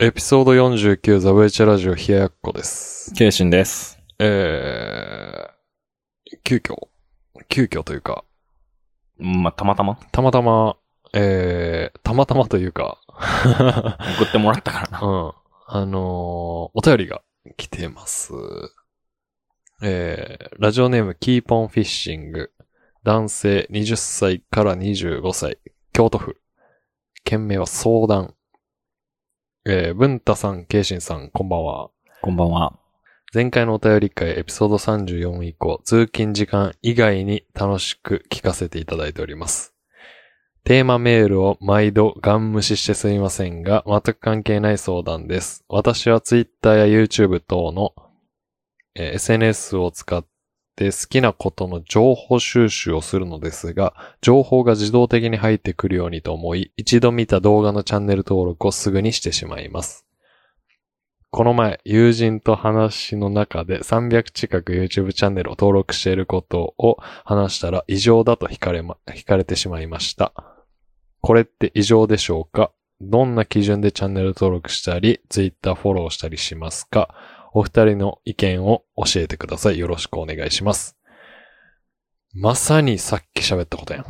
エピソード49ザ・ウェイチェラジオ冷ややっこです。ケイシンです。えー、急遽、急遽というか、まあ、たまたまたまたま、えー、たまたまというか、 送ってもらったからうな。ん、あのーお便りが来てます。えー、ラジオネームキーポンフィッシング、男性20歳から25歳、京都府。件名は相談。えー、文太さん、ケイシンさん、こんばんは。こんばんは。前回のお便り会エピソード34以降、通勤時間以外に楽しく聞かせていただいております。テーマメールを毎度ガン無視してすみませんが、全く関係ない相談です。私は Twitter や YouTube 等の、えー SNS を使って好きなことの情報収集をするのですが、情報が自動的に入ってくるようにと思い、一度見た動画のチャンネル登録をすぐにしてしまいます。この前、友人と話の中で300近く YouTube チャンネルを登録していることを話したら異常だと惹かれま、惹かれてしまいました。これって異常でしょうかどんな基準でチャンネル登録したり、Twitter フォローしたりしますかお二人の意見を教えてください。よろしくお願いします。まさにさっき喋ったことやん。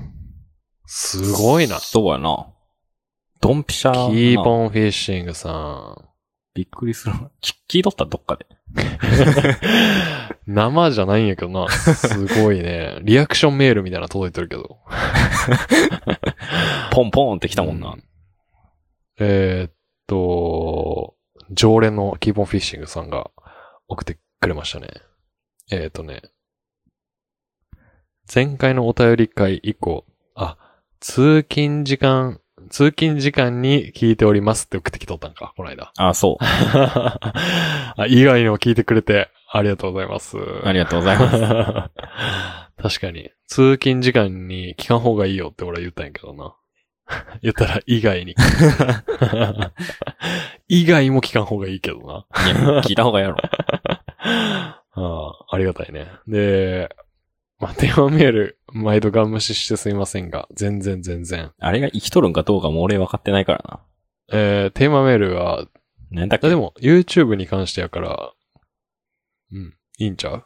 すごいな。そうやな。ドンピシャキな。ーポンフィッシングさん。びっくりする。き聞いとったどっかで。生じゃないんやけどな。すごいね。リアクションメールみたいなの届いてるけど。ポンポンって来たもんな。うえーっと、常連のキーボンフィッシングさんが送ってくれましたね。えーっとね。前回のお便り会以降、あ、通勤時間、通勤時間に聞いておりますって送ってきとったんか、この 間。あ、そう。あ以外にも聞いてくれてありがとうございます。ありがとうございます。 確かに。通勤時間に聞かん方がいいよって俺は言ったんやけどな。 言ったら以外に。 以外も聞かん方がいいけどな。 いや聞いた方がええやろ。ああ、ありがたいね。で、まあ、電話メール、毎度ガン無視してすいませんが、全然全然。あれが生きとるんかどうかも俺分かってないからえー、テーマメールは、な。なんだあっけでも、YouTube に関してやから、うん、いいんちゃう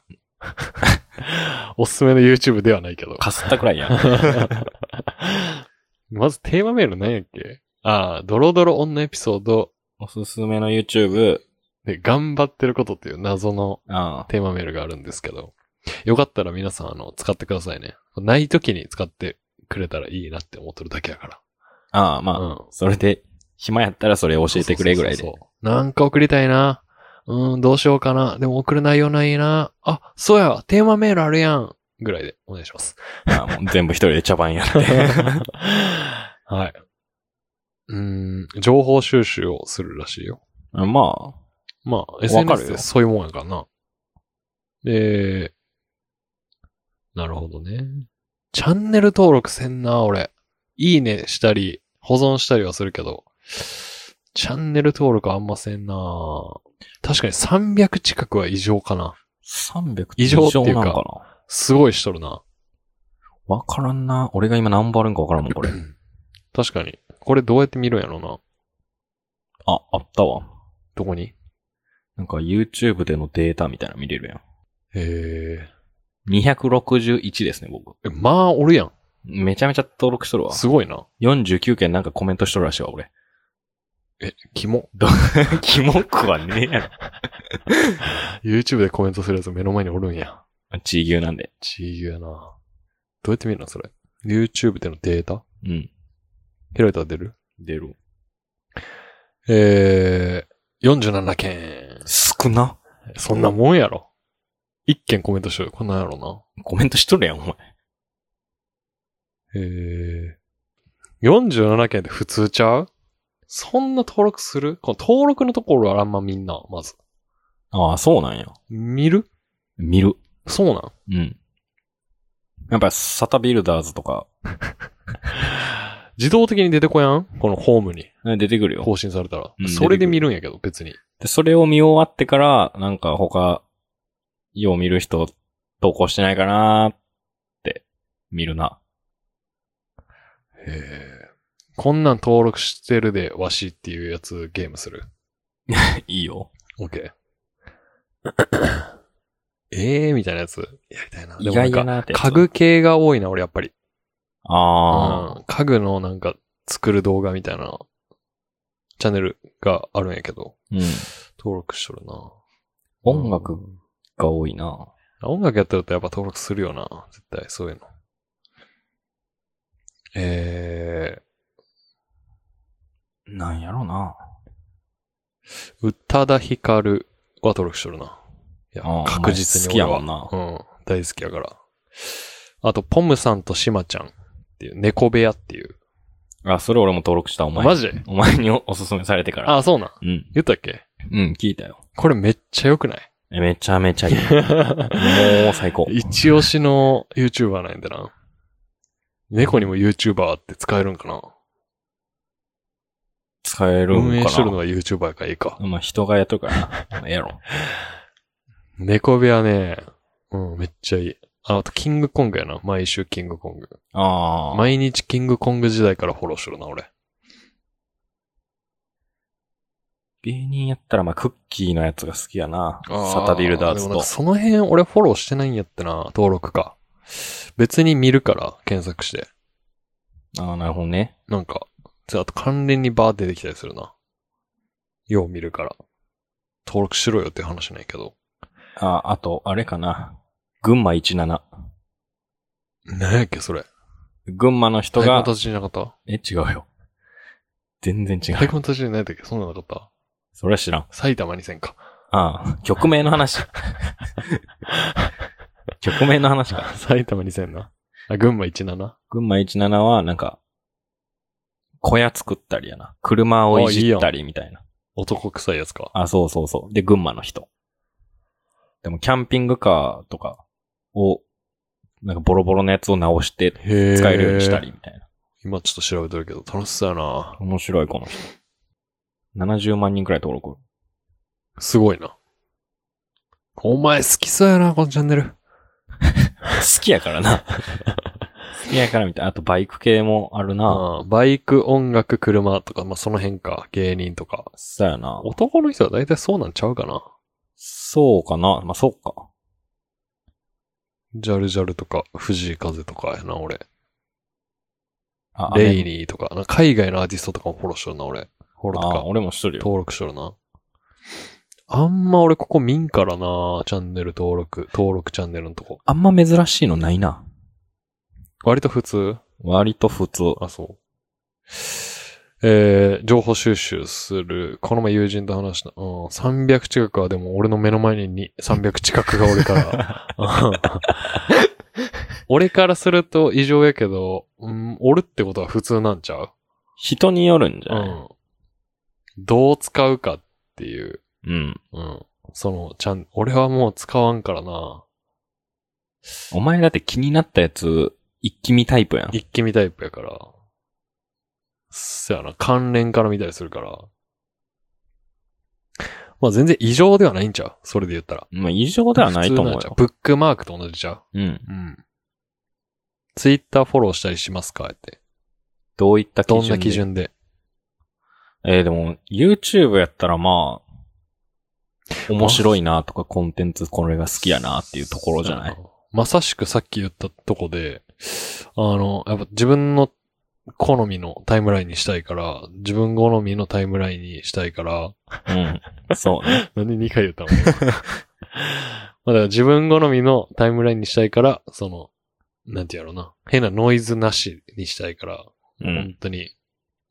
おすすめの YouTube ではないけど。かすったくらいや。 まずテーマメール何やっけああ、ドロドロ女エピソードおすすめの YouTube、で頑張ってることっていう謎のあテーマメールがあるんですけど、よかったら皆さんあの、使ってくださいね。ない時に使ってくれたらいいなって思ってるだけやかあ、ああまら。あ、うん。それで、暇やったらそれ教えてくれぐらいそで。うそうそうそうなんか送りたいな。うん、どうしようかな。でも送る内容ないな。あ、そうや、テーマメールあるやん。ぐらいでお願いし ます。ああもう全部一人で茶番やって。 はい。うん、情報収集をするらしいよ。ままあ、わかる SNS よでそういうもんやからな。で、なるほどね。チャンネル登録せんな、俺。いいねしたり、保存したりはするけど、チャンネル登録あんませんな。確かに300近くは異常かな。あ、300異常っていうかなんかな。すごいしとるな。わからんな。俺が今何本あるんかわからんもん、 これ。確かに。これどうやって見るんやろな。あ、あったわ。どこになんか YouTube でのデータみたいなの見れるやへーん。261ですね、僕。え。まあ、おるやん。めちゃめちゃ登録しとるわ。すごいな。 49件なんかコメントしとるらしいわ、俺。え、キモ。 キモくはねえや YouTube でコメントするやつ目の前におるんや。 ろ。地牛なんで。ちーやな。どうやって見るのそれ。YouTube でのデータうん。開いたら出る出る。えー、47件。少な。そんなもんやろ。1件コメントしとる。こんなんやろコメントしとるやん、お前。な。えー、47件って普通ちゃうそんな登録するこの登録のところはあんまみんな、まず。ああ、そうなんや。見る見る。そう なんうん。やっぱ、サタビルダーズとか、自動的に出てこやんこのホームに出てくるよ。更新されたらう。んそれで見るんやけど、別に。で、それを見終わってから、なんか他、よう見る人、投稿してないかなーって、見るな。 へーこんなん登録してるで、わしっていうやつゲームする。いいよ。 OK。ええー、みたいなやつ、やりたいな。で意もな外んやか、なってやつ。家具系が多いな、俺やっぱり。ああ、うん家具のなんか、作る動画みたいな、チャンネルがあるんやけど、うん。登録しとるな。音楽うんが多いな。音楽やってるとやっぱ登録するよな。絶対、そういうの。えなんやろな。ー、宇多田ヒカルは登録しとるな。いやあ、ー確実に俺は。好きやもんな。うん、大好きやから。あと、ポムさんとシマちゃんっていう、猫部屋っていう。あ、それ俺も登録した、お前。マジでお前におおすすめされてから。あー、そうなん。うん。言ったっけうん、聞いたよ。これめっちゃ良くないえめちゃめちゃ いい。もう最高。一押しの YouTuber なんだな。猫にも YouTuber って使えるんかな使えるんかな。運営しとるのは YouTuber やからいいか。まあ人がやっとるから な。ええやろ。猫部屋ね、うん、めっちゃいい。あ、あと、キングコングやな。毎週キングコング。ああ。毎日キングコング時代からフォローしろな、俺。芸人やったら、まあ、クッキーのやつが好きやな。サタディルダーでズもなんとか。その辺、俺フォローしてないんやってな、登録か。別に見るから、検索して。ああ、なるほどね。なんか、つあと関連にバー出てきたりするな。よう見るから。登録しろよって話ないけど。ああ、あと、あれかな。群馬17。何やっけ、それ。群馬の人太鼓のが、達人じゃなかっえ、違うよ。全然違た太う。鼓の達人何やったっけそんなのなかったそれは知らん。埼玉2000か。ああ、曲名の 話。曲名の話か。 埼玉2000な。あ、群馬 17? 群馬17は、なんか、小屋作ったりやな。車をいじったりみたいな。男臭いやつか。あ、そうそうそう。で、群馬の人。でも、キャンピングカーとかを、なんかボロボロのやつを直してへ使えるようにしたりみたいな。今ちょっと調べてるけど、楽しそうやな。面白い、この人。70万人くらい登録。すごいな。お前好きそうやな、このチャンネル。好きやからな。好きやからみたいな。あと、バイク系もあるな。ああバイク、音楽、車とか、まあ、その辺か。芸人とか。そうやな。男の人は大体そうなんちゃうかな。そうかな。まあ、そうか。ジャルジャルとか、藤井風とかやな、俺。あレイリリーとか。なんか海外のアーティストとかもフォローしとるな、俺。フォローとあ、か。俺もしとるよ。登録しとるな。あんま俺ここ見んからな、チャンネル登録、登録チャンネルのとこ。あんま珍しいのないな。割と普通割と普通。あ、そう。えー、情報収集する。この前友人と話した。うん、300近くはでも俺の目の前にに300近くが俺から。うん俺からすると異常やけど、うん、おるってことは普通なんちゃう人によるんじゃうないん。どう使うかっていう。うん。うん。その、ちゃん、俺はもう使わんからな。お前だって気になったやつ、一気見タイプやん。一気見タイプやから。そやな、関連から見たりするから。まあ全然異常ではないんちゃうそれで言ったら。まあ、異常ではないと思う普通んちゃよ。ブックマークと同じちゃううん。うん。ツイッターフォローしたりしますかって。どういった基準どでんな基準で。えーでも、YouTube やったらまあ、面白いなとか、コンテンツこれが好きやなっていうところじゃないそ。うやまさしくさっき言ったとこで、あの、やっぱ自分の好みのタイムラインにしたいから、自分好みのタイムラインにしたいから、うん。そうね。なんで2回言ったの まあだから自分好みのタイムラインにしたいから、その、なんてやろうな。変なノイズなしにしたいから、うん本当に、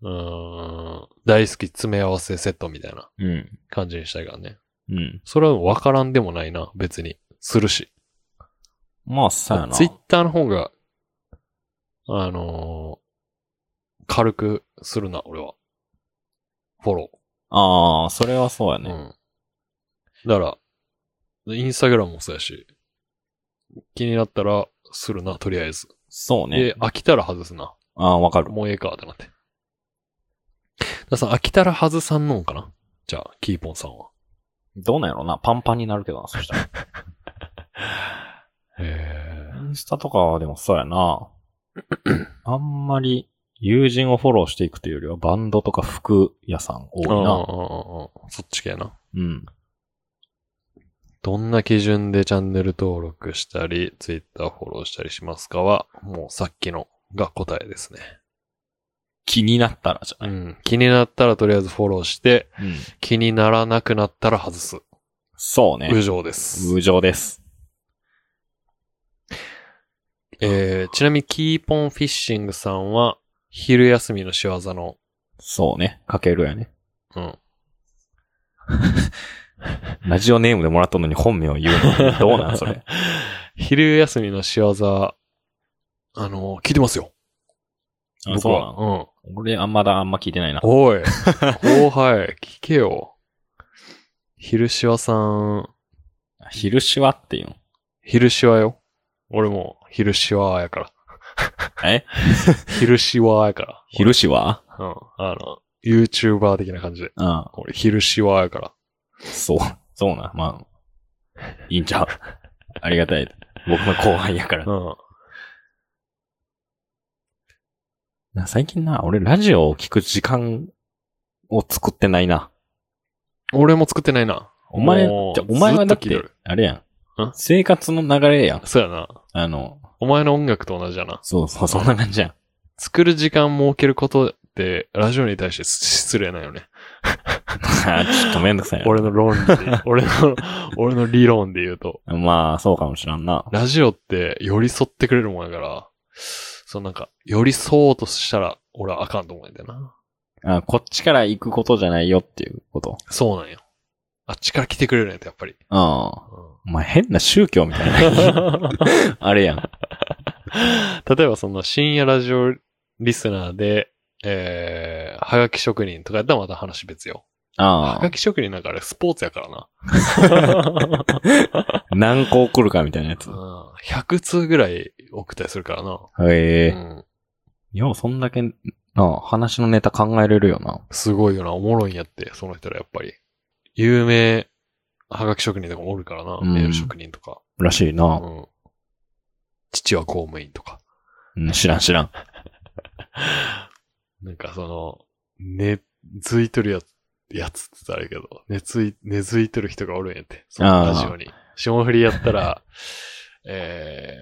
うーん、大好き詰め合わせセットみたいなうん。感じにしたいからね。うん。それは分からんでもないな、別に。するし。まあ、そうやな。ツイッターの方が、あのー軽くするな、俺は。フォロー。ああ、それはそうやね。うん。だから、インスタグラムもそうやし、気になったらするな、とりあえず。そうねで、。飽きたら外すな。ああ、わかる。もうええかってなって。だからさ、飽きたら外さんのんかなじゃあ、キーポンさんは。どうなんやろな。パンパンになるけどな、そした ら。へインスタとかはでもそうや な。あんまり友人をフォローしていくというよりは、バンドとか服屋さん多ああいな。ああああそっち系な。うん。どんな基準でチャンネル登録したり、ツイッターフォローしたりしますかは、もうさっきのが答えですね。気になったらじゃうない。ん。気になったらとりあえずフォローして、うん。気にならなくなったら外す。そうね。無情です。無情です。えー、ちなみにキーポンフィッシングさんは、昼休みの仕業の、そうね。かけるやね。うん。ラジオネームでもらったのに本名を言うの。どうなんそれ。 昼休みの仕業、あの、聞いてますよ。 あ僕そうなは。の俺、あんまだ、あんま聞いてないなう。ん。おい、後 輩、聞けよ。昼しわさん、昼シワっていうの。昼しわよ。俺も、昼しわやから。え昼しわやから。昼シワ俺うん。あの、YouTuber 的な感じで。うん。俺、昼しわやから。そう。そうな。まあ、いいんちゃう。ありがたい。僕の後輩やからう。ん。な最近な、俺ラジオを聞く時間を作ってないな。俺も作ってないな。お前、もうじゃお前はだっずっと聞いててる、あれやんん。生活の流れやん。そうやな。あの、お前の音楽と同じだな。そうそう、そんな感じや ん。作る時間設けることって、ラジオに対して失礼なよね。あちょっとめんどくさい俺の論理で、 俺の、俺の理論で言うと。な。まあ、そうかもしらんな。ラジオって寄り添ってくれるもんやから、そのなんか、寄り添おうとしたら、俺はあかんと思うんだよな。あこっちから行くことじゃないよっていうこと。そうなんよ。あっちから来てくれるんやった、やっぱり。うん。まあ、変な宗教みた いな。 あれやん。例えばその深夜ラジオリスナーで、えー、はがき職人とかやったらまた話別よ。はあがき職人なんかあれスポーツやからな。あ。何個送るかみたいなやつ。うん100通ぐらい送ったりするからな。へうえ。ん、よう、そんだけ、な、話のネタ考えれるよな。すごいよな、おもろいんやって、その人らやっぱり。有名、はがき職人とかもおるからな、うんメール職人とか。らしいうな。ん、父は公務員とか。うん、知らん知らん。なんかその、根付いとるやつ、やつって言ったらあれやけど、根付い、根付いとる人がおるんやって、そのラジオに。霜降りやったら、 え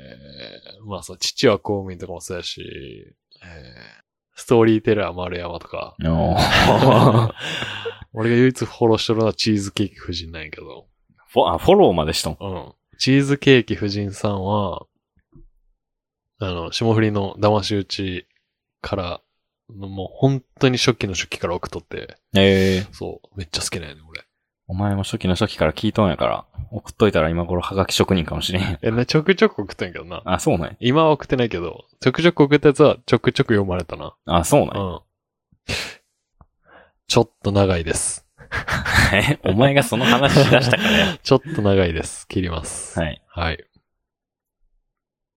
ー、まあそう、父は公務員とかもそうやし、えー、ストーリーテラー丸山とか、おー 俺が唯一フォローしてるのはチーズケーキ夫人なんやけど、 フォあ、フォローまでしとん。うん。チーズケーキ夫人さんは、あの、霜降りの騙し討ちから、もう本当に初期の初期から送っとって、ええそう、めっちゃ好きなんやね、俺。お前も初期の初期から聞いとんやから、送っといたら今頃ハガキ職人かもしれんやん。え、な、ちょくちょく送ったんやけどな。あ、そうなんや。今は送ってないけど、ちょくちょく送ったやつはちょくちょく読まれたな。あ、そうなんう ん。や。ちょっと長いです。 えお前がその話し出したからや。 ちょっと長いです。切ります。はい。はい。